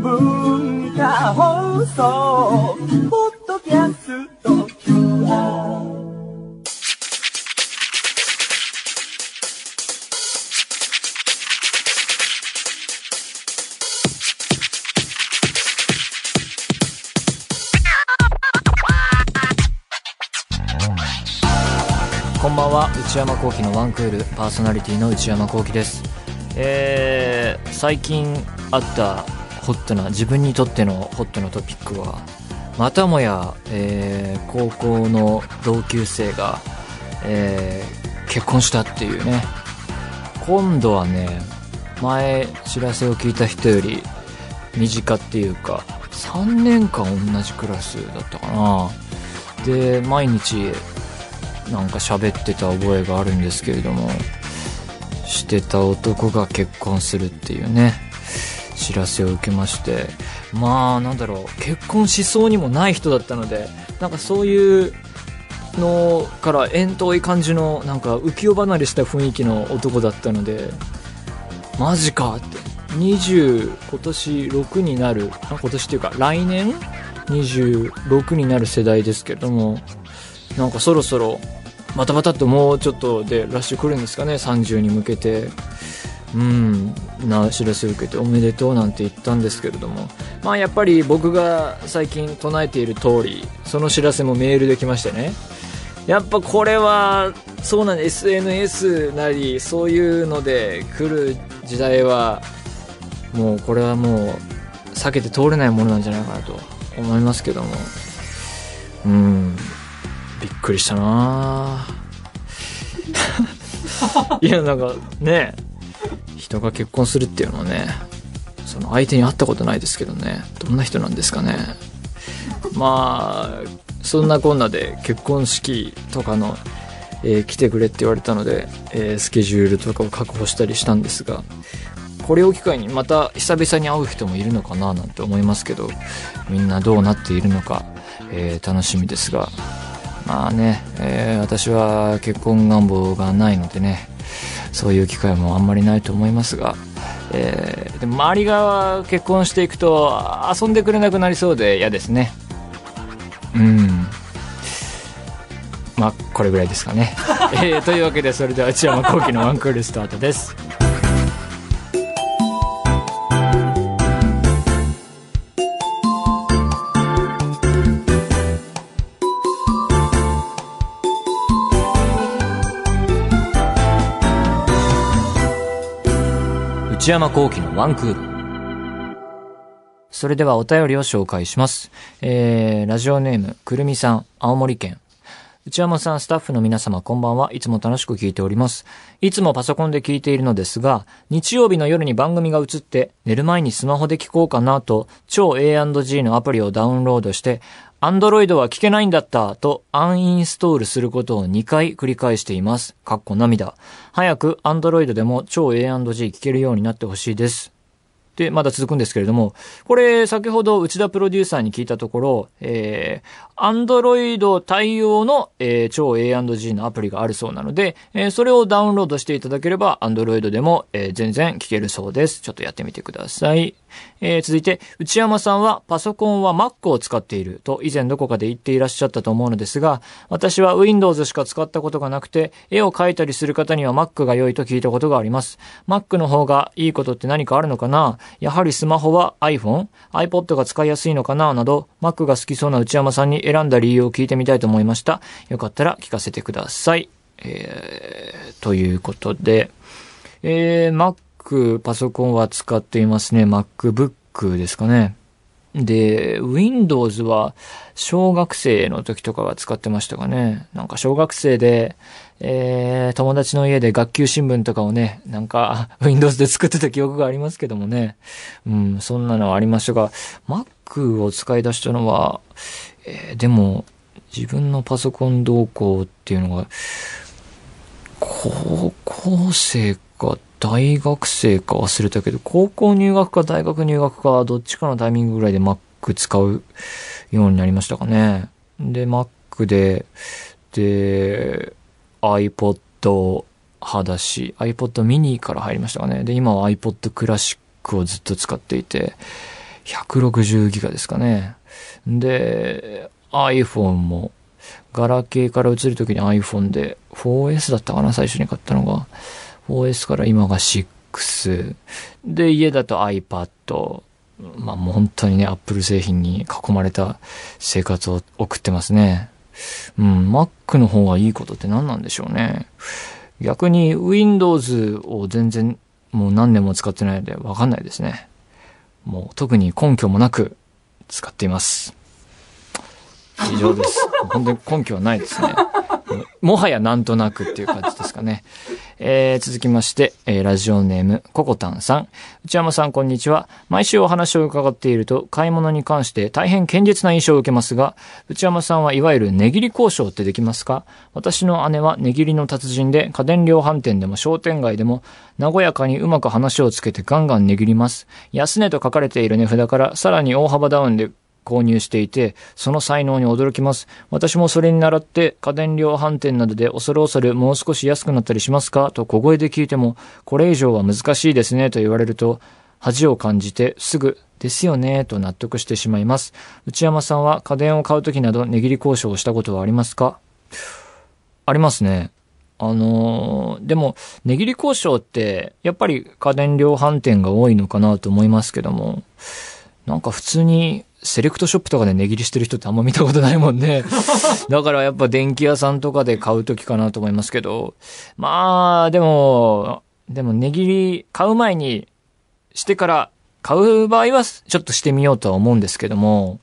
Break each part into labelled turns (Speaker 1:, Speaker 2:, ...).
Speaker 1: 文化放送ポッドキャスト QR
Speaker 2: こんばんは内山聖輝のワンクールパーソナリティの内山聖輝ですえー、最近あったホットな自分にとってのホットなトピックはまたもや、えー高校の同級生が、えー結婚したっていうね今度はね前知らせを聞いた人より身近っていうか3年間同じクラスだったかなで毎日なんか喋ってた覚えがあるんですけれどもしてた男が結婚するっていうね知らせを受けましてまあなんだろう結婚しそうにもない人だったのでなんかそういうのから遠遠い感じのなんか浮世離れした雰囲気の男だったのでマジかって20今年6になるあ今年っていうか来年26になる世代ですけれどもなんかそろそろバタバタっともうちょっとでラッシュ来るんですかね30に向けてうんな知らせを受けておめでとうなんて言ったんですけれどもまあやっぱり僕が最近唱えている通りその知らせもメールできましてねやっぱこれはそうなんです SNS なりそういうので来る時代はもうこれはもう避けて通れないものなんじゃないかなと思いますけどもうんびっくりしたな ぁいやなんかね人が結婚するっていうのはねその相手に会ったことないですけどねどんな人なんですかねまあそんなこんなで結婚式とかの、えー来てくれって言われたので、えースケジュールとかを確保したりしたんですがこれを機会にまた久々に会う人もいるのかななんて思いますけどみんなどうなっているのか、えー楽しみですがまあね、えー私は結婚願望がないのでね、そういう機会もあんまりないと思いますが、えーでも周りが結婚していくと遊んでくれなくなりそうで嫌ですね。うん。まあ、これぐらいですか ね。えーというわけで、それでは内山聖輝のワンクールスタートです。内山幸喜のワンクール。それではお便りを紹介します。えー、ラジオネーム、くるみさん、青森県。内山さん、スタッフの皆様、こんばんは。いつも楽しく聞いております。いつもパソコンで聞いているのですが、日曜日の夜に番組が映って、寝る前にスマホで聞こうかなと、超 A&G のアプリをダウンロードして、Android は聞けないんだった、とアンインストールすることを2回繰り返しています。かっこ涙。早く Android でも超 A&G 聞けるようになってほしいです。で、まだ続くんですけれども、これ、先ほど内田プロデューサーに聞いたところ、えー、アンドロイド対応の、えー、超 A&G のアプリがあるそうなので、えーそれをダウンロードしていただければ、アンドロイドでも、えー全然聞けるそうです。ちょっとやってみてください。えー続いて、内山さんはパソコンは Mac を使っていると以前どこかで言っていらっしゃったと思うのですが、私は Windows しか使ったことがなくて、絵を描いたりする方には Mac が良いと聞いたことがあります。Mac の方がいいことって何かあるのかなやはりスマホは iPhone、iPod が使いやすいのかななど、Mac が好きそうな内山さんに選んだ理由を聞いてみたいと思いました。よかったら聞かせてください。えー、ということで、えー、Mac、パソコンは使っていますね。MacBook ですかね。で、Windows は小学生の時とかは使ってましたかね。なんか小学生で、えー、友達の家で学級新聞とかをね、なんか Windows で作ってた記憶がありますけどもね。うん、そんなのはありましたが、Mac を使い出したのは、えーでも、自分のパソコン動向っていうのが、高校生か大学生か忘れたけど、高校入学か大学入学か、どっちかのタイミングぐらいで Mac 使うようになりましたかね。で、Mac で、で、iPod 派だし、iPod mini から入りましたかね。で、今は iPod クラシッ Mac をずっと使っていて、160ギガですかね。で、iPhone も、ガラケーから移るときに iPhone で、4S だったかな、最初に買ったのが。4S から今が6。で、家だと iPad。まあもう本当にね、Apple 製品に囲まれた生活を送ってますね。うん、Mac の方がいいことって何なんでしょうね。逆に Windows を全然もう何年も使ってないのでわかんないですね。もう特に根拠もなく使っています。以上です。本当に根拠はないですね。もはやなんとなくっていう感じですかね。えー続きまして、えーラジオネーム、ココタンさん。内山さん、こんにちは。毎週お話を伺っていると、買い物に関して大変堅実な印象を受けますが、内山さんはいわゆる値切り交渉ってできますか私の姉は値切りの達人で、家電量販店でも商店街でも、和やかにうまく話をつけてガンガン値切ります。安値と書かれている値札から、さらに大幅ダウンで、購入していて、その才能に驚きます。私もそれに倣って、家電量販店などで恐る恐るもう少し安くなったりしますかと小声で聞いても、これ以上は難しいですねと言われると、恥を感じてすぐ、ですよねと納得してしまいます。内山さんは家電を買うときなど値切り交渉をしたことはありますかありますね。あのーでも、値切り交渉って、やっぱり家電量販店が多いのかなと思いますけども、なんか普通にセレクトショップとかで値切りしてる人ってあんま見たことないもんね。だからやっぱ電気屋さんとかで買うときかなと思いますけど。まあ、でも、でも値切り買う前にしてから買う場合はちょっとしてみようとは思うんですけども、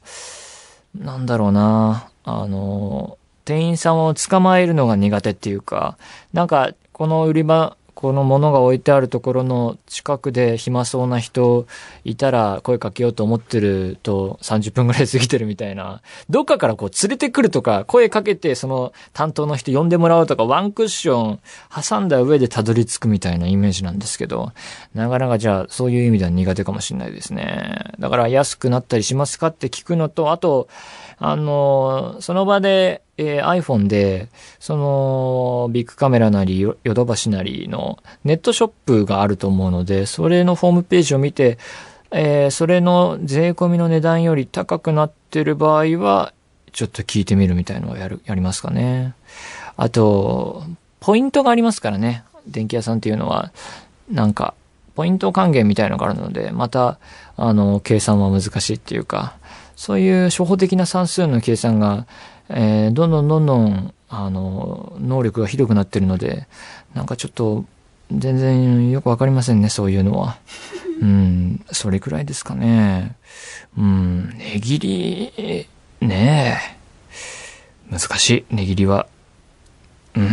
Speaker 2: なんだろうな。あの、店員さんを捕まえるのが苦手っていうか、なんか、この売り場、この物が置いてあるところの近くで暇そうな人いたら声かけようと思ってると30分ぐらい過ぎてるみたいな。どっかからこう連れてくるとか、声かけてその担当の人呼んでもらうとか、ワンクッション挟んだ上でたどり着くみたいなイメージなんですけど、なかなかじゃあそういう意味では苦手かもしれないですね。だから安くなったりしますかって聞くのと、あと、あのー、その場で、えー iPhone で、その、ビッグカメラなり、ヨヨドバシなりのネットショップがあると思うので、それのホームページを見て、えーそれの税込みの値段より高くなってる場合は、ちょっと聞いてみるみたいのをやる、やりますかね。あと、ポイントがありますからね。電気屋さんっていうのは、なんか、ポイント還元みたいのがあるので、また、あの、計算は難しいっていうか、そういう初歩的な算数の計算が、えーどんどんどんどん、あの、能力がひどくなってるので、なんかちょっと、全然よくわかりませんね、そういうのは。 うん、それくらいですかね。うん、値切り、ねえ。難しい、値切りは。うん。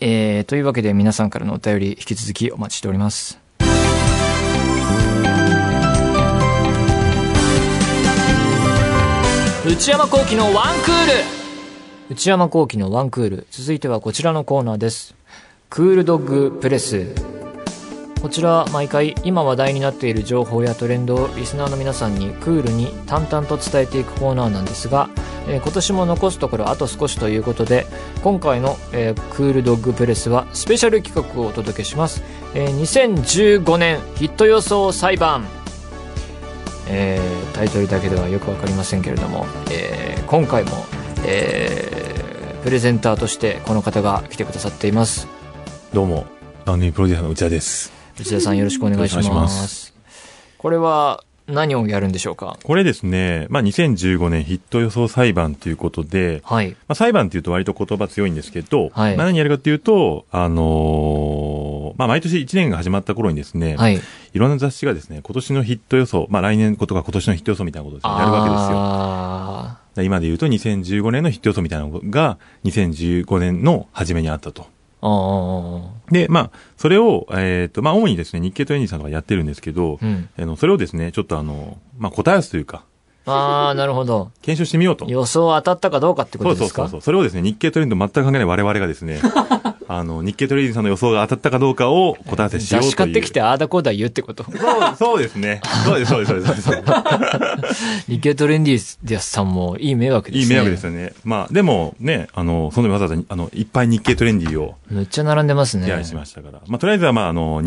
Speaker 2: えー、というわけで皆さんからのお便り引き続きお待ちしております。内山幸喜のワンクール内山幸喜のワンクール。続いてはこちらのコーナーです。クールドッグプレス。こちらは毎回今話題になっている情報やトレンドをリスナーの皆さんにクールに淡々と伝えていくコーナーなんですが、えー今年も残すところあと少しということで今回の、えークールドッグプレスはスペシャル企画をお届けします、えー2015年ヒット予想裁判、えータイトルだけではよくわかりませんけれども、えー今回も、えープレゼンターとしてこの方が来てくださっています
Speaker 3: どうも、番組プロデューサーの内田です。
Speaker 2: 内田さんよろしくお願いします
Speaker 3: よろしくお願いします
Speaker 2: これは何をやるんでしょうか
Speaker 3: これですね、まあ、2015年ヒット予想裁判ということで、ま
Speaker 2: はい
Speaker 3: あ、裁判っていうと割と言葉強いんですけど、
Speaker 2: はい
Speaker 3: まあ何やるかっていうと、あのーまあ、毎年1年が始まった頃にですね、、
Speaker 2: はいい
Speaker 3: ろんな雑誌がですね、今年のヒット予想、まあ、来年ことが今年のヒット予想みたいなことをですねやるわけですよ。
Speaker 2: あ
Speaker 3: だから今で言うと2015年のヒット予想みたいなのが、2015年の初めにあったと。
Speaker 2: ーあ
Speaker 3: で、まあ、それを、えっ、と、まあ、主にですね、日経トレンディさんがやってるんですけど、
Speaker 2: ーうん
Speaker 3: あの、それをですね、ちょっとあの、まあ、答え合わせというか、
Speaker 2: あーなるほど
Speaker 3: 検証してみようと。
Speaker 2: 予想当たったかどうかってこ
Speaker 3: そ
Speaker 2: と
Speaker 3: う
Speaker 2: で
Speaker 3: そう
Speaker 2: す
Speaker 3: そ
Speaker 2: か
Speaker 3: うそう。それをですね、日経トレンド全く関係ない我々がですね、あの、日経トレーディングさんの予想が当たったかどうかを答え合わせしよう
Speaker 2: 雑
Speaker 3: という。
Speaker 2: 誌買ってきてああだこうだ言うってこと
Speaker 3: そう。そうですね。そうです、そうです、そうですそうです。
Speaker 2: 日経トレンディディアスさんも いい迷惑ですね。
Speaker 3: いい迷惑ですよね。まあ、でもね、あの、そのわざわざ、あの、いっぱい日経トレンディを
Speaker 2: むっちゃ並んでますね。
Speaker 3: 手配しましたから。まあ、とりあえずは、まあ、あの、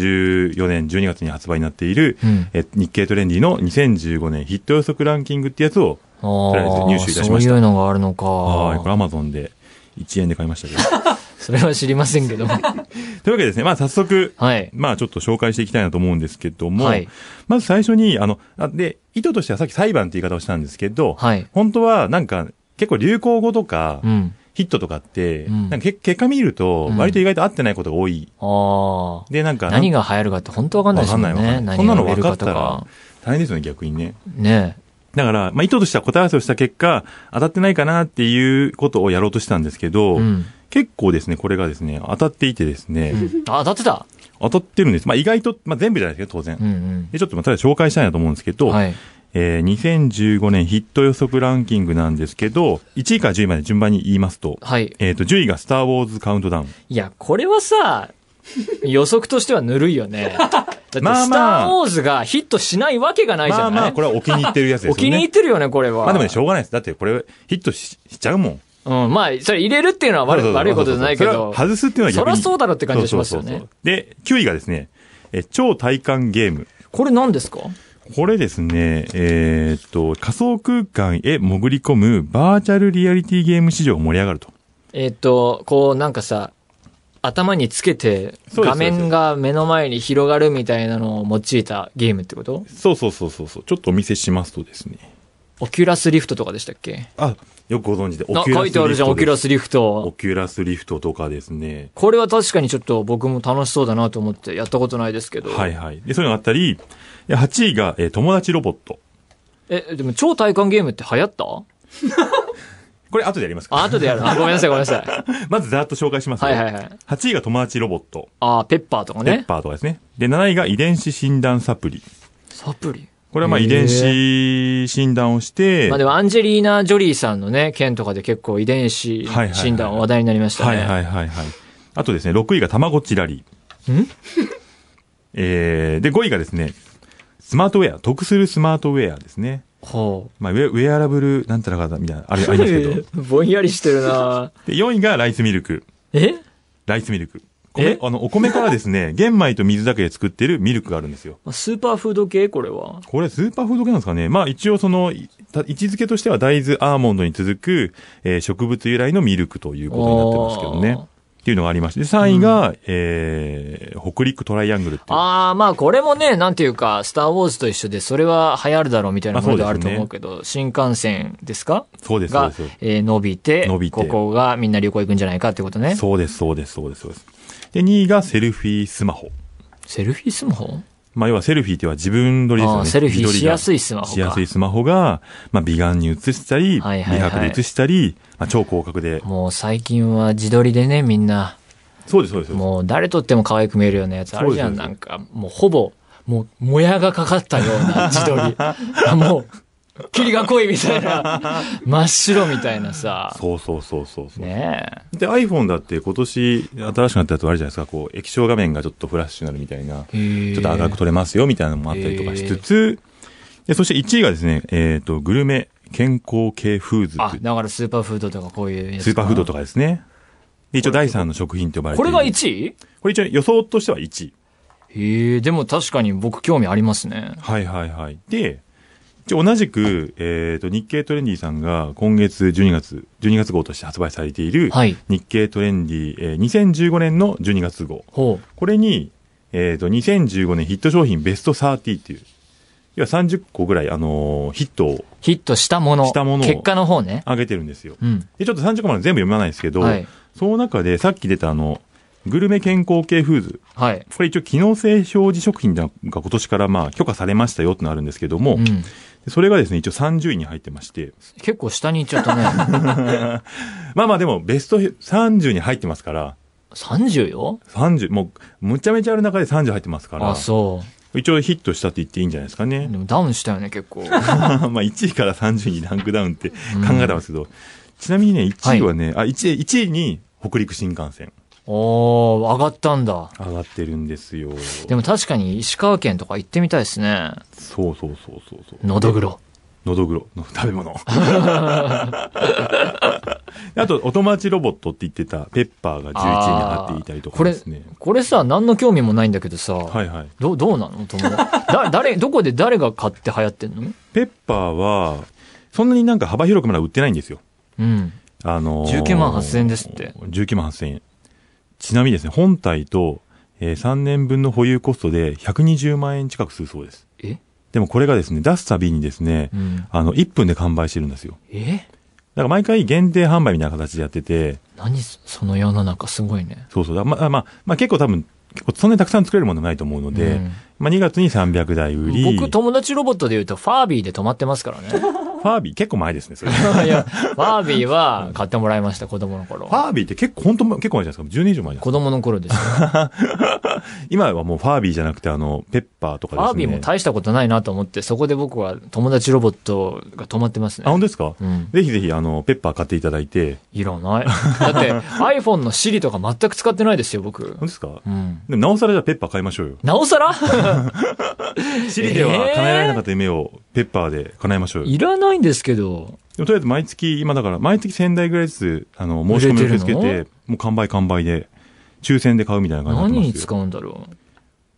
Speaker 3: 2014年12月に発売になっている、
Speaker 2: うん
Speaker 3: え日経トレンディの2015年ヒット予測ランキングってやつを、
Speaker 2: あ
Speaker 3: とりあえず入手い
Speaker 2: ー
Speaker 3: たし
Speaker 2: そう
Speaker 3: ました
Speaker 2: いうのがあるのか。
Speaker 3: はい、これアマゾンで1円で買いましたけど。
Speaker 2: それは知りませんけど。は
Speaker 3: というわけでですね、まあ、早速、
Speaker 2: い。
Speaker 3: まあ、ちょっと紹介していきたいなと思うんですけども、
Speaker 2: はい
Speaker 3: まず最初に、あの、あで、意図としてはさっき裁判って言い方をしたんですけど、
Speaker 2: はい。
Speaker 3: 本当はなんか、結構流行語とか、
Speaker 2: うん。
Speaker 3: ヒットとかって、
Speaker 2: うん
Speaker 3: なんかけ結果見ると
Speaker 2: う、ん
Speaker 3: 割と意外と合ってないことが多い。
Speaker 2: ああ。
Speaker 3: で、なんか、
Speaker 2: 何が流行るかって本当わかんない
Speaker 3: わ
Speaker 2: で
Speaker 3: か
Speaker 2: す
Speaker 3: ん
Speaker 2: も
Speaker 3: ない
Speaker 2: ん
Speaker 3: わかんな
Speaker 2: ね。
Speaker 3: いそん
Speaker 2: 何
Speaker 3: な
Speaker 2: が
Speaker 3: の
Speaker 2: 売れる
Speaker 3: 分かっ
Speaker 2: かと
Speaker 3: たら
Speaker 2: か。、
Speaker 3: 大変ですよね、逆にね。
Speaker 2: ね
Speaker 3: だから、まあ、意図としては答え合わせをした結果、当たってないかなっていうことをやろうとしてたんですけど、
Speaker 2: うん。
Speaker 3: 結構ですね、これがですね、当たっていてですね、
Speaker 2: あ、当たってた
Speaker 3: 当たってるんです。まあ、意外と、まあ、全部じゃないですけど、当然。
Speaker 2: うん
Speaker 3: で、ちょっとまあただ紹介したいなと思うんですけ
Speaker 2: う
Speaker 3: ど、
Speaker 2: ん。はい。
Speaker 3: えー2015年ヒット予測ランキングなんですけど、1位から10位まで順番に言いますと、
Speaker 2: はい。
Speaker 3: えっ、と、10位がスターウォーズカウントダウン。
Speaker 2: いや、これはさ、予測としてはぬるいよ ね。だって、スタ
Speaker 3: まあま
Speaker 2: ー・
Speaker 3: あ
Speaker 2: ウォーズがヒットしないわけがないじ
Speaker 3: ま
Speaker 2: ゃ
Speaker 3: あま
Speaker 2: な
Speaker 3: あ、
Speaker 2: い
Speaker 3: これはお気に入ってるやつですよね。
Speaker 2: お気に入ってるよね、これは。
Speaker 3: まあでもね、しょうがないです。だってこれヒットししちゃうもん。
Speaker 2: うん、まあ、それ入れるっていうのは悪い
Speaker 3: そうそうそう
Speaker 2: 悪いことじゃないけ
Speaker 3: それ
Speaker 2: ど。
Speaker 3: は外すっていうのは逆
Speaker 2: そ
Speaker 3: に
Speaker 2: りゃそうだろって感じがしますよね
Speaker 3: そうそうそうで、9位がですね、えー超体感ゲーム。
Speaker 2: これ何ですか
Speaker 3: これですね、えーっと、仮想空間へ潜り込むバーチャルリアリティゲーム市場が盛り上がると。
Speaker 2: えっ、と、こうなんかさ、頭につけて、
Speaker 3: そうで
Speaker 2: 画
Speaker 3: す
Speaker 2: 面が目の前に広がるみたいなのを用いたゲームってこと
Speaker 3: そうそうそうそうそう。ちょっとお見せしますとですね。
Speaker 2: オキュラスリフトとかでしたっけ
Speaker 3: あ、よくご存知で。
Speaker 2: あ、書いてあるじゃん、オキュラスリフ
Speaker 3: オ
Speaker 2: ト。
Speaker 3: キュラスリフトとかですね。
Speaker 2: これは確かにちょっと僕も楽しそうだなと思ってやったことないですけど。
Speaker 3: はいはい。で、そういうのがあったり、で8位が、えー友達ロボット。
Speaker 2: え、でも超体感ゲームって流行った
Speaker 3: これ後でやりますか
Speaker 2: あ、後でや る。あ、ごめんなさい、ごめんなさい。
Speaker 3: まずざーっと紹介しますよ
Speaker 2: はいはいはい
Speaker 3: 8位が友達ロボット。
Speaker 2: あ、ペッパーとか
Speaker 3: ペッ
Speaker 2: ね。
Speaker 3: パーとかですね。で、7位が遺伝子診断サプリ。
Speaker 2: サプリ。
Speaker 3: これはまあ
Speaker 2: へー
Speaker 3: 遺伝子診断をして、
Speaker 2: まあでもアンジェリーナ・ジョリーさんのね、件とかで結構遺伝子
Speaker 3: はいはいはい
Speaker 2: 診断話題になりました
Speaker 3: は
Speaker 2: ね。
Speaker 3: いはいはいはい。あとですね、6位がたまごっちラリー。
Speaker 2: ん
Speaker 3: えー、で、5位がですね、スマートウェア、得するスマートウェアですね。
Speaker 2: ほ
Speaker 3: まあ、ウェウェアラブル、なんたらかだ、みたいな、あれ、ありますけど。
Speaker 2: う。 ぼんやりしてるな
Speaker 3: で、4位がライスミルク。
Speaker 2: え
Speaker 3: ライスミルク。
Speaker 2: え
Speaker 3: 米、あの、お米からですね、玄米と水だけで作ってるミルクがあるんですよ。
Speaker 2: スーパーフード系これは。
Speaker 3: これスーパーフード系なんですかねまあ一応その、いた位置づけとしては大豆、アーモンドに続く、えー植物由来のミルクということになってますけど
Speaker 2: おー
Speaker 3: ね。っていうのがありまして。で、3位が、えー、北陸トライアングルっていう。
Speaker 2: ああ、まあこれもね、なんていうか、スターウォーズと一緒で、それは流行るだろうみたいなもので
Speaker 3: ま
Speaker 2: あ
Speaker 3: あそ
Speaker 2: る
Speaker 3: う
Speaker 2: と
Speaker 3: ですね
Speaker 2: 思うけど、新幹線ですか
Speaker 3: そうです、そう
Speaker 2: が
Speaker 3: です。そうです、
Speaker 2: えー伸びて、
Speaker 3: 伸びて
Speaker 2: ここがみんな旅行行くんじゃないかってことね。
Speaker 3: そうです、そうです、そうです。そうですで、2位がセルフィースマホ。
Speaker 2: セルフィースマホ
Speaker 3: まあ要はセルフィーっていうのは自分撮りですよ
Speaker 2: あー
Speaker 3: ね。
Speaker 2: セルフィー
Speaker 3: 自撮りが
Speaker 2: しやすいスマホか
Speaker 3: しやすいスマホが、まあ美顔に映したり、
Speaker 2: はいはいはい
Speaker 3: 美白で映したり、まあ超広角で。
Speaker 2: もう最近は自撮りでね、みんな。
Speaker 3: そうです、そうです。そうです
Speaker 2: もう誰とっても可愛く見えるようなやつあるじゃん、
Speaker 3: そうです
Speaker 2: なんか。もうほぼ、もう、もやがかかったような自撮 り。あもう、霧が濃いみたいな。真っ白みたいなさ。
Speaker 3: そうそうそうそうそう。
Speaker 2: ねえ。
Speaker 3: で、iPhone だって今年新しくなったやつあるじゃないですか、こう、液晶画面がちょっとフラッシュになるみたいな、ち
Speaker 2: ち
Speaker 3: ょっと赤く撮れますよみたいなのもあったりとかしつつ、で、そして1位がですね、えっ、と、グルメ健康系フーズ
Speaker 2: あ
Speaker 3: って、
Speaker 2: だからスーパーフードとかこういうやつ。
Speaker 3: スーパーフード
Speaker 2: と
Speaker 3: とかですね。で、一応第3の食品と呼ばれて
Speaker 2: これ
Speaker 3: い
Speaker 2: が
Speaker 3: る
Speaker 2: 1位
Speaker 3: これ一応予想としては1位。
Speaker 2: へえ、でも確かに僕興味ありますね。
Speaker 3: はいはいはい。で、一応同じく、えっ、と、日経トレンディさんが今月12月、12月号として発売されている、
Speaker 2: はい
Speaker 3: 日経トレンディ、えー2015年の12月号。
Speaker 2: ほう。
Speaker 3: これに、えっ、と、2015年ヒット商品ベスト30っていう、要は30個ぐらい、あのーヒットを
Speaker 2: ヒットしたもの。
Speaker 3: したものを
Speaker 2: 結果の方ね。
Speaker 3: 上げてるんですよ。
Speaker 2: うん。
Speaker 3: で、ちょっと30個まで全部読まないんですけど、
Speaker 2: はい
Speaker 3: その中でさっき出たあの、グルメ健康系フーズ。
Speaker 2: はい。
Speaker 3: これ一応機能性表示食品が今年からまあ許可されましたよってのあるんですけども、
Speaker 2: うん。
Speaker 3: それがですね、一応30位に入ってまして、
Speaker 2: 結構下に行っちゃった ね。
Speaker 3: まあまあでもベスト30に入ってますから、
Speaker 2: 30よ
Speaker 3: 30、もうむちゃめちゃある中で30入ってますか
Speaker 2: あ、
Speaker 3: ら、
Speaker 2: そ
Speaker 3: 一応ヒットしたって言っていいんじゃないですかね
Speaker 2: う。。でもダウンしたよね、結構。
Speaker 3: まあ1位から30位にランクダウンって考えたんですけど、ちなみにね、1位はね、あ、1位、1位に北陸新幹線。
Speaker 2: おー、上がったんだ。
Speaker 3: 上がってるんですよ。
Speaker 2: でも確かに石川県とか行ってみたいですね。
Speaker 3: そうそうそうそうそう。
Speaker 2: のどぐろ。
Speaker 3: のどぐろの食べ 物。あと、お友達ロボットって言ってたペッパーが11に貼っていたりとか
Speaker 2: こ
Speaker 3: で
Speaker 2: れ
Speaker 3: すね。、
Speaker 2: これさ、何の興味もないんだけどさ、
Speaker 3: はいはい。
Speaker 2: どどうなのとも。だ、 誰、どこで誰が買って流行ってんの
Speaker 3: ペッパーは、そんなになんか幅広くまだ売ってないんですよ。
Speaker 2: うん。
Speaker 3: あのー
Speaker 2: 19万8000円ですって
Speaker 3: 19万8000円。ちなみにですね、本体と、えー3年分の保有コストで120万円近くするそうです。
Speaker 2: え
Speaker 3: でもこれがですね、出すたびにですね、
Speaker 2: うん
Speaker 3: あの、1分で完売してるんですよ。
Speaker 2: え
Speaker 3: だから毎回限定販売みたいな形でやってて、
Speaker 2: 何そその世の中すごいね。
Speaker 3: そうそう。だまあ、まあ、まあ結構多分、結構そんなにたくさん作れるものないと思うので、
Speaker 2: うん
Speaker 3: まあ2月に300台売り、
Speaker 2: 僕、
Speaker 3: フ
Speaker 2: 友達ロボットで言うと、ファービーで止まってますから ね。
Speaker 3: ァービー結構前ですね、それ。フ
Speaker 2: いや、ファービーは買ってもらいました、子供の頃。
Speaker 3: ァービーって結構本当結構前じゃないですか。10年以上前じゃない
Speaker 2: 子供の頃ですよ。
Speaker 3: ですか。今はもうファービーじゃなくて、あの、ペッパーとか
Speaker 2: フ
Speaker 3: ですね。
Speaker 2: ァービーも大したことないなと思って、そこで僕は友達ロボットが止まってます
Speaker 3: あ、
Speaker 2: ね。
Speaker 3: 本当ですか、
Speaker 2: うん
Speaker 3: ぜひぜひ、あの、ペッパー買っていただいて。
Speaker 2: いらない。だって、iPhone の Siri とか全く使ってないですよ、僕
Speaker 3: 本当。ですか、
Speaker 2: うん。
Speaker 3: でも、なおさらじゃあペッパー買いましょうよ。
Speaker 2: なおさら
Speaker 3: シリでは叶えられなかった夢をペッパーで叶えましょうよ。
Speaker 2: いらないんですけど、
Speaker 3: でもとりあえず毎月、今だから、毎月1000台ぐらいずつ、あの、申し込みを受け付け
Speaker 2: 売れ
Speaker 3: て、もう完売完売で、抽選で買うみたいな感じになって
Speaker 2: 何
Speaker 3: ますよ。
Speaker 2: に使うんだろ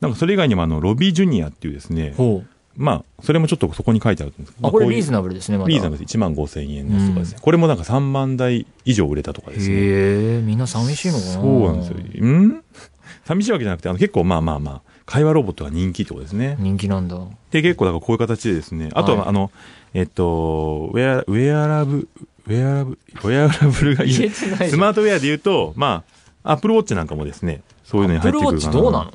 Speaker 3: なんかそれ以外にもあの、ロビージュニアっていうですね
Speaker 2: う。、ほ
Speaker 3: まあ、それもちょっとそこに書いてあるんですけ
Speaker 2: う。
Speaker 3: ど、
Speaker 2: あ、これ
Speaker 3: まあういう
Speaker 2: リーズナブルですね、まだ。
Speaker 3: リーズナブ
Speaker 2: ル。
Speaker 3: ルです。1万5千円のやつとかですね、これもなんか3万台以上売れたとかですね。
Speaker 2: へえ、みんな寂しいのかな
Speaker 3: そうなんですよ。うん寂しいわけじゃなくて、あの、結構まあまあまあ、会話ロボットが人気ってことですね。
Speaker 2: 人気なんだ。
Speaker 3: で、結構だからこういう形でですね、あと
Speaker 2: はい
Speaker 3: はあの、えっと、ウェア、ウェアラブ、ウェアラブ、ウェアラブルがいい。
Speaker 2: 言え
Speaker 3: ス
Speaker 2: てない
Speaker 3: マ
Speaker 2: ー
Speaker 3: ートウェアで言うと、まあ、アップルウォッチなんかもですね、そういうのに入ってくるかな。
Speaker 2: Apple Watch どうなの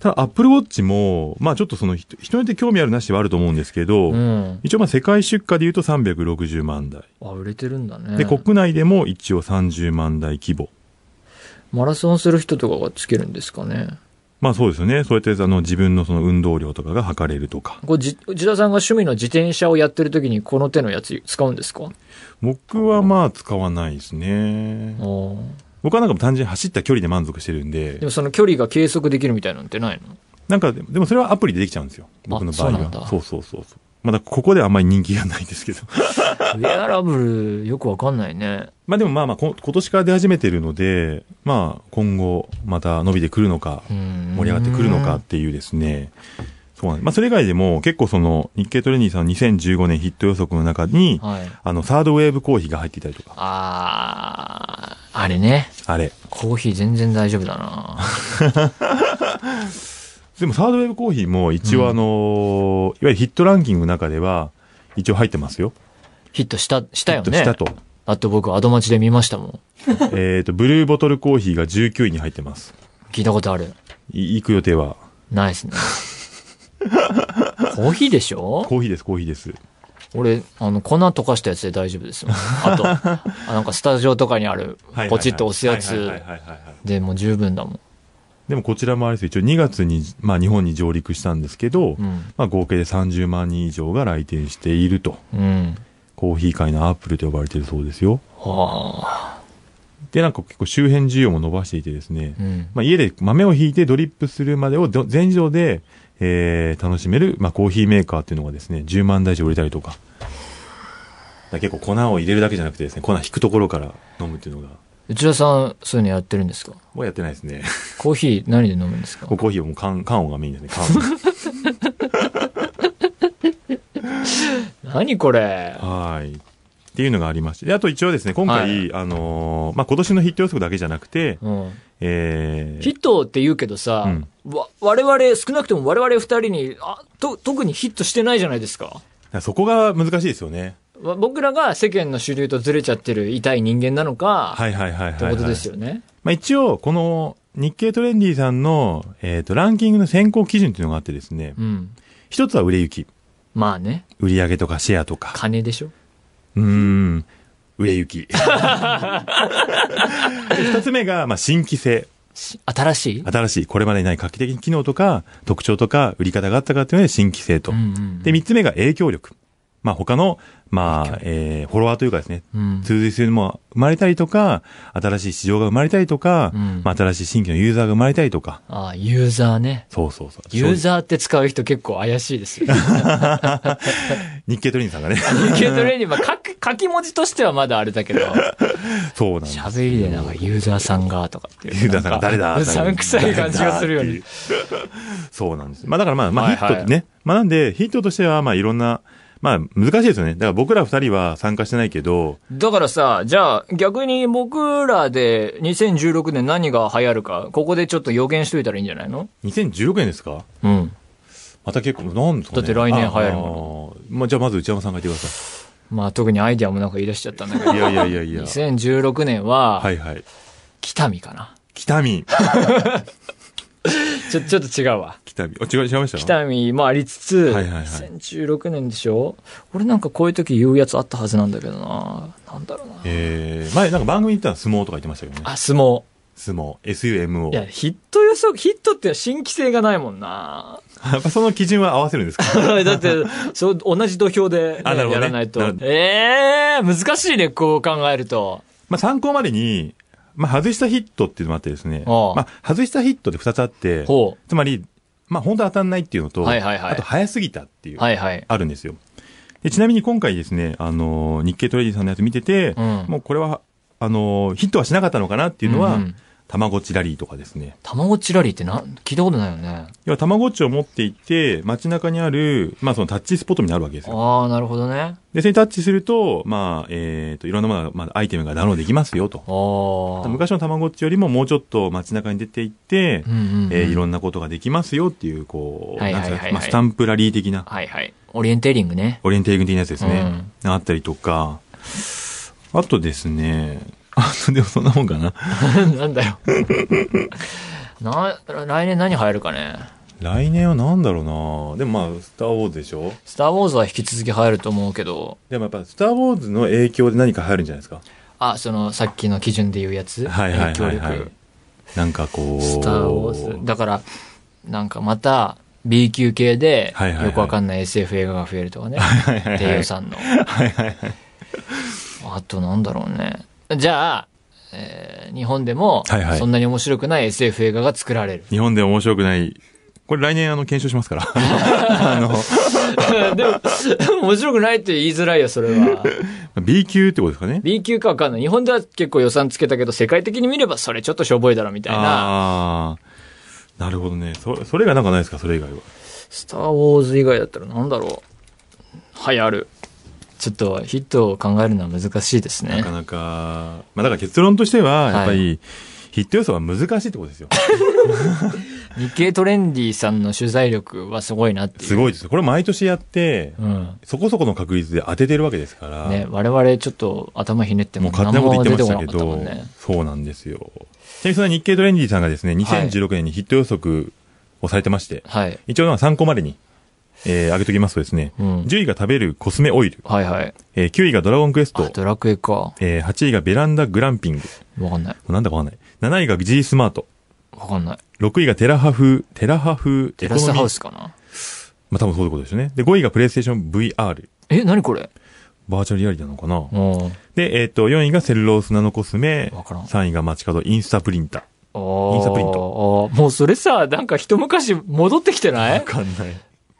Speaker 3: ただ、アップルウォッチも、まあちょっとその人、人によって興味あるなしはあると思うんですけど、
Speaker 2: うん。
Speaker 3: 一応まあ世界出荷で言うと360万台。
Speaker 2: あ、売れてるんだね。
Speaker 3: で、国内でも一応30万台規模。
Speaker 2: マラソンする人とかがつけるんですかね。
Speaker 3: まあそうですよね。そうやってあの自分のその運動量とかが測れるとか。
Speaker 2: これ、じ、内田さんが趣味の自転車をやってる時にこの手のやつ使うんですか
Speaker 3: 僕はまあ使わないですね。
Speaker 2: おー
Speaker 3: 僕はなんかもう単純に走った距離で満足してるんで
Speaker 2: で、もその距離が計測できるみたいなんてないの
Speaker 3: なんかでもでもそれはアプリでできちゃうんですよ。僕の場
Speaker 2: あ
Speaker 3: 合
Speaker 2: そうなんだ
Speaker 3: は。そうそうそうそう。まだここではあんまり人気がないですけど。
Speaker 2: ウェアラブル、よくわかんないね。
Speaker 3: まあでもまあまあこ今年から出始めてるので、まあ今後また伸びてくるのか、
Speaker 2: うん
Speaker 3: 盛り上がってくるのかっていうですね。そうなんです。まあそれ以外でも結構その日経トレーニーさんの2015年ヒット予測の中に、
Speaker 2: はい。
Speaker 3: あのサードウェーブコーヒーが入っていたりとか、
Speaker 2: あー、あれね。
Speaker 3: あれ。
Speaker 2: コーヒー全然大丈夫だ な
Speaker 3: でもサードウェーブコーヒーも一応あのーいわゆるヒットランキングの中では一応入ってますよ。
Speaker 2: ヒットした、したよね。
Speaker 3: ヒットしたと。
Speaker 2: だって僕、アドマチで見ましたもん。
Speaker 3: えっと、ブルーボトルコーヒーが19位に入ってます。
Speaker 2: 聞いたことある。
Speaker 3: い行く予定は。
Speaker 2: ないです ね。コーヒーでしょ
Speaker 3: コーヒーです、コーヒーです。
Speaker 2: 俺、あの、粉溶かしたやつで大丈夫ですもん。あ と、あなんかスタジオとかにある、ポチッと押すやつでもう十分だもん。
Speaker 3: でもこちらもあれですよ一応2月に、まあ日本に上陸したんですけど、
Speaker 2: うん。
Speaker 3: まあ合計で30万人以上が来店していると。
Speaker 2: うん。
Speaker 3: コーヒー界のアップルと呼ばれているそうですよ。
Speaker 2: はあ。
Speaker 3: で、なんか結構周辺需要も伸ばしていてですね、
Speaker 2: うん。
Speaker 3: まあ、家で豆をひいてドリップするまでをど全自動で、えー楽しめる、まあ、コーヒーメーカーっていうのがですね、10万台以上売れたりとか。だから結構粉を入れるだけじゃなくてですね、粉引くところから飲むっていうのが、
Speaker 2: 内田さん、そういうのやってるんですか
Speaker 3: もうやってないですね。
Speaker 2: コーヒー何で飲むんですか
Speaker 3: もうコーヒーはもう缶、缶音がメインですね、缶 音。
Speaker 2: 何これ
Speaker 3: はい。っていうのがありまして。であと一応ですね、今回、
Speaker 2: はい
Speaker 3: あのーまあ、今年のヒット予測だけじゃなくて、
Speaker 2: うん。
Speaker 3: えー
Speaker 2: ヒットって言うけどさ、わ、我々、少なくとも我々二人に、あ、と、特にヒットしてないじゃないですか。
Speaker 3: そこが難しいですよね。
Speaker 2: わ僕らが世間の主流とずれちゃってる痛い人間なのか、
Speaker 3: はいはいはいはい、はい。
Speaker 2: ってことですよね。
Speaker 3: まあ、一応、この日経トレンディさんの、えっとランキングの選考基準っていうのがあってですね、
Speaker 2: うん。
Speaker 3: 一つは売れ行き、
Speaker 2: まあね、
Speaker 3: 売り上げとかシェアとか、
Speaker 2: 金でしょ
Speaker 3: うーん、売れ行き。 で二つ目が、まあ、新規性、
Speaker 2: し新しい
Speaker 3: 新しい、これまでにない画期的機能とか、特徴とか、売り方があったかっていうので新規性と。
Speaker 2: うんうんうん
Speaker 3: で、三つ目が影響力。まあ他の、まあ、えー、フォロワーというかですね、
Speaker 2: うん
Speaker 3: 通随するものが生まれたりとか、新しい市場が生まれたりとか、
Speaker 2: うん
Speaker 3: まあ新しい新規のユーザーが生まれたりとか、
Speaker 2: ああ、ユーザーね。
Speaker 3: そうそうそう。
Speaker 2: ユーザーって使う人結構怪しいです よ。
Speaker 3: 日経トリンさ んがね。
Speaker 2: 有形トレーニングは書く書き文字としてはまだあれだけど、
Speaker 3: そうなんですよ。
Speaker 2: 喋りでなんかユーザーさんがとかっていう。
Speaker 3: ユーザーさんが誰だ
Speaker 2: なんかうさんくさい感じがするよ。
Speaker 3: 誰
Speaker 2: ね
Speaker 3: だ。そうなんです。まあだからまあ、まあ
Speaker 2: はい
Speaker 3: ヒッ
Speaker 2: はい
Speaker 3: トってね。まあなんで、ヒットとしてはまあいろんな、まあ難しいですよね。だから僕ら二人は参加してないけど、
Speaker 2: だからさ、じゃあ逆に僕らで2016年何が流行るか、ここでちょっと予言しといたらいいんじゃないの
Speaker 3: 2016年ですか
Speaker 2: うん。
Speaker 3: また結構、なんですか
Speaker 2: だ
Speaker 3: ね。
Speaker 2: って来年流行る
Speaker 3: もの。まあじゃあまず内山さんが言ってくださ
Speaker 2: まあ特にアイディアもなんか言い出しちゃったんだけど
Speaker 3: い。い。やいやいやいや。
Speaker 2: 2016年は、
Speaker 3: はいはい。
Speaker 2: 北見かな。
Speaker 3: 北見。
Speaker 2: ちょ、ちょっと違うわ。
Speaker 3: 北見。あ、違う、違いました
Speaker 2: 北見もありつつ、
Speaker 3: はいはいはい
Speaker 2: 2016年でしょ俺なんかこういう時言うやつあったはずなんだけどな。なんだろうな。
Speaker 3: えー、前なんか番組行ったら相撲とか言ってましたけどね。
Speaker 2: あ、相撲。
Speaker 3: 相撲。
Speaker 2: いや、
Speaker 3: SUMO。
Speaker 2: ヒット予測、ヒットって新規性がないもんな。
Speaker 3: やっぱその基準は合わせるんですか
Speaker 2: だって、そう、同じ土俵でね、
Speaker 3: あなるほ
Speaker 2: や
Speaker 3: どね
Speaker 2: らないと
Speaker 3: なるほ。ど
Speaker 2: ええー、難しいね、こう考えると。
Speaker 3: まあ参考までに、まあ外したヒットっていうのもあってですね。
Speaker 2: ああ
Speaker 3: まあ外したヒットで2つあって、
Speaker 2: ほ
Speaker 3: つまり、まあ本当当たんないっていうのと、
Speaker 2: はいはいはい
Speaker 3: あと早すぎたっていう、
Speaker 2: う。はいはい。
Speaker 3: あるんですよ。でちなみに今回ですね、あのー日経トレーディーさんのやつ見てて、
Speaker 2: うん
Speaker 3: もうこれは、あのーヒットはしなかったのかなっていうのは、
Speaker 2: うんうん
Speaker 3: たまごっちラリーとかですね。
Speaker 2: たまごっちラリーってな、聞いたことないよね。
Speaker 3: 要は、たまごっちを持って行って、街中にある、まあ、そのタッチスポットみたいなのあるわけですよ。
Speaker 2: ああ、なるほどね。
Speaker 3: で、それにタッチすると、まあ、えっ、と、いろんなものが、まあ、アイテムがダウンロードできますよと。
Speaker 2: ああ。
Speaker 3: 昔のたまごっちよりももうちょっと街中に出て行って、
Speaker 2: うんうん、うん。
Speaker 3: えーいろんなことができますよっていう、こう、
Speaker 2: はいは
Speaker 3: ないん
Speaker 2: は
Speaker 3: て
Speaker 2: い
Speaker 3: い
Speaker 2: はい
Speaker 3: うかまあスタンプラリー的な、
Speaker 2: はいはい。オリエンテーリングね。
Speaker 3: オリエンテーリング的なやつですね。あったりとか、あとですね、 あとでもそんなもんかな。
Speaker 2: なんだよ。な、来年何流行るかね。
Speaker 3: 来年はなんだろうなでもまあ、スターウォーズでしょ
Speaker 2: スター・ウォーズは引き続き流行ると思うけど、
Speaker 3: でもやっぱ、スターウォーズの影響で何か流行るんじゃないですか
Speaker 2: あ、その、さっきの基準で言うやつ。
Speaker 3: はいはいはい、
Speaker 2: 影
Speaker 3: は
Speaker 2: 響
Speaker 3: い
Speaker 2: 力。。
Speaker 3: なんかこう。
Speaker 2: スター・ウォーズ。だから、なんかまた、B 級系で
Speaker 3: はいはい、はい
Speaker 2: よくわかんない SF 映画が増えるとかね。
Speaker 3: はいはい
Speaker 2: 低
Speaker 3: は
Speaker 2: 予
Speaker 3: い。
Speaker 2: 算の。あとなんだろうね。じゃあ、えー日本でも
Speaker 3: はいは、い
Speaker 2: そんなに面白くない SF 映画が作られる。
Speaker 3: 日本で面白くない。これ来年あの、検証しますから。あの、
Speaker 2: でも、面白くないって言いづらいよ、それは。
Speaker 3: B 級ってことですかね
Speaker 2: B 級かわかんない。日本では結構予算つけたけど、世界的に見ればそれちょっとしょぼいだろみたいな。
Speaker 3: ああ。なるほどね。そ、それがなんかないですかそれ以外は。
Speaker 2: スター・ウォーズ以外だったらなんだろう。流行る。ちょっとヒットを考えるのは難しいです
Speaker 3: な
Speaker 2: ね
Speaker 3: か。 なか、まあだから結論としては、やっぱ
Speaker 2: は
Speaker 3: り、ヒット予想は難しいってこと ですよ。
Speaker 2: 日経トレンディさんの取材力はすごいなっていう。
Speaker 3: すごいです。これ毎年やって、
Speaker 2: うん。
Speaker 3: そこそこの確率で当ててるわけですから、
Speaker 2: ね、我々ちょっと頭ひねっても
Speaker 3: もう勝手なこと言ってました
Speaker 2: 何も
Speaker 3: け
Speaker 2: 出てこ
Speaker 3: ど、
Speaker 2: なかったもんね。
Speaker 3: そうなんですよ。ちなみにその日経トレンディさんがですね、
Speaker 2: はい
Speaker 3: 2016年にヒット予測をされてまして、
Speaker 2: はい。
Speaker 3: 一応なんか参考までに、えー、挙げときますとですね、
Speaker 2: うん
Speaker 3: 10位が食べるコスメオイル、
Speaker 2: はいはい。
Speaker 3: えー、9位がドラゴンクエス
Speaker 2: あ、
Speaker 3: ト、
Speaker 2: ドラクエか。
Speaker 3: えー、8位がベランダグランピング、も
Speaker 2: わかんない。
Speaker 3: うなんだかわかんない。7位が G スマート、
Speaker 2: わかんない。
Speaker 3: 6位がテラハ風、テラハ風、
Speaker 2: テラス
Speaker 3: エコノミ
Speaker 2: ハウスかな。
Speaker 3: まあ多分そういうことですよね。で、5位がプレイステーション VR、
Speaker 2: え、何これ
Speaker 3: バーチャルリアリティなのかな
Speaker 2: おー
Speaker 3: で、えっ、と、4位がセルロースナノコスメ。
Speaker 2: わからん
Speaker 3: 3位が街角インスタプリンタ
Speaker 2: おー
Speaker 3: インスタプリン
Speaker 2: ト。もうそれさ、なんか一昔戻ってきてな
Speaker 3: ー。
Speaker 2: い
Speaker 3: かんない。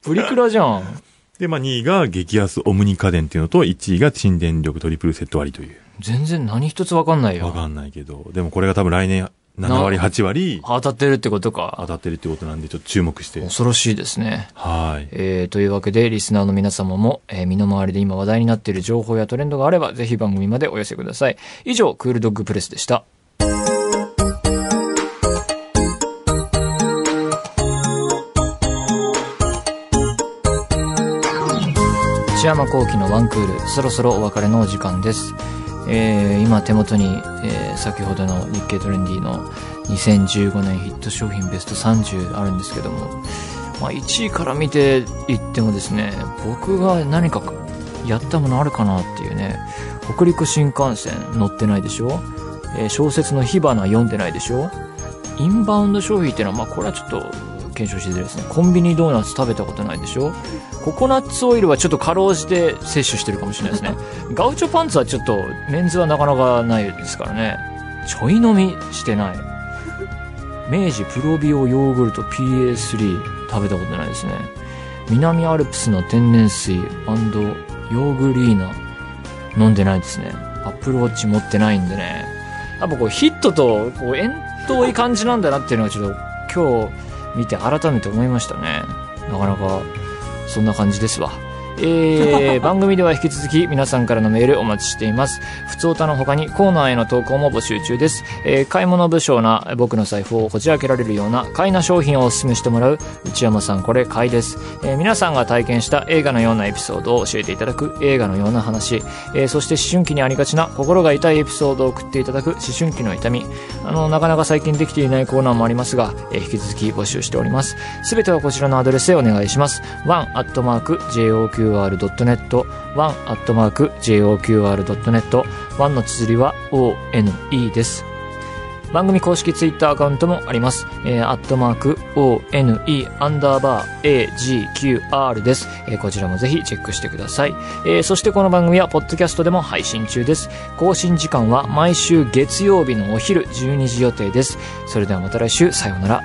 Speaker 2: プリクラじゃん。
Speaker 3: で、まあ2位が激安オムニ家電っていうのと、1位が新電力トリプルセット割という。
Speaker 2: 全然何一つわかんない
Speaker 3: わ
Speaker 2: よ。
Speaker 3: かんないけど、でもこれが多分来年7割、8割
Speaker 2: 当たってるってこと
Speaker 3: 当
Speaker 2: か。
Speaker 3: たってるってことなんで、ちょっと注目して。
Speaker 2: 恐ろしいですね。
Speaker 3: はい。
Speaker 2: えーというわけで、リスナーの皆様も、えー身の回りで今話題になっている情報やトレンドがあれば、ぜひ番組までお寄せください。以上、クールドッグプレスでした。内山幸喜のワンクール、そろそろお別れのお時間です。えー今手元に、えー先ほどの日経トレンディの2015年ヒット商品ベスト30あるんですけども、まあ、1位から見ていってもですね僕が何かやったものあるかなっていうね北陸新幹線乗ってないでしょ、えー小説の火花読んでないでしょインバウンド消費っていうのは、まあ、これはちょっと検証しづらいですね。コンビニドーナツ食べたことないでしょココナッツオイルはちょっとかろうじて摂取してるかもしれないですね。ガウチョパンツはちょっと、メンズはなかなかないですからね。ちょい飲みしてない。明治プロビオヨーグルト PA3 食べたことないですね。南アルプスの天然水ヨーグリーナ飲んでないですね。アップルウォッチ持ってないんでね。やっぱこうヒットとこう遠遠い感じなんだなっていうのはちょっと今日見て改めて思いましたね。なかなかそんな感じですわ。 えー、番組では引き続き皆さんからのメールお待ちしています。ふつおたの他にコーナーへの投稿も募集中です。えー、買い物不詳な僕の財布をこじ開けられるような買いな商品をお勧めしてもらう内山さんこれ買いです。えー、皆さんが体験した映画のようなエピソードを教えていただく映画のような話、えー、そして思春期にありがちな心が痛いエピソードを送っていただく思春期の痛み。あの、なかなか最近できていないコーナーもありますが、えー引き続き募集しております。すべてはこちらのアドレスへお願いします。one.joqr.net、one.joqr.net、1の綴りは one です。番組公式ツイッターアカウントもあります。えー、アットマーク、ONE、アンダーバー、AGQR です。えーこちらもぜひチェックしてください。えーそしてこの番組は、ポッドキャストでも配信中です。更新時間は毎週月曜日のお昼12時予定です。それではまた来週、さようなら。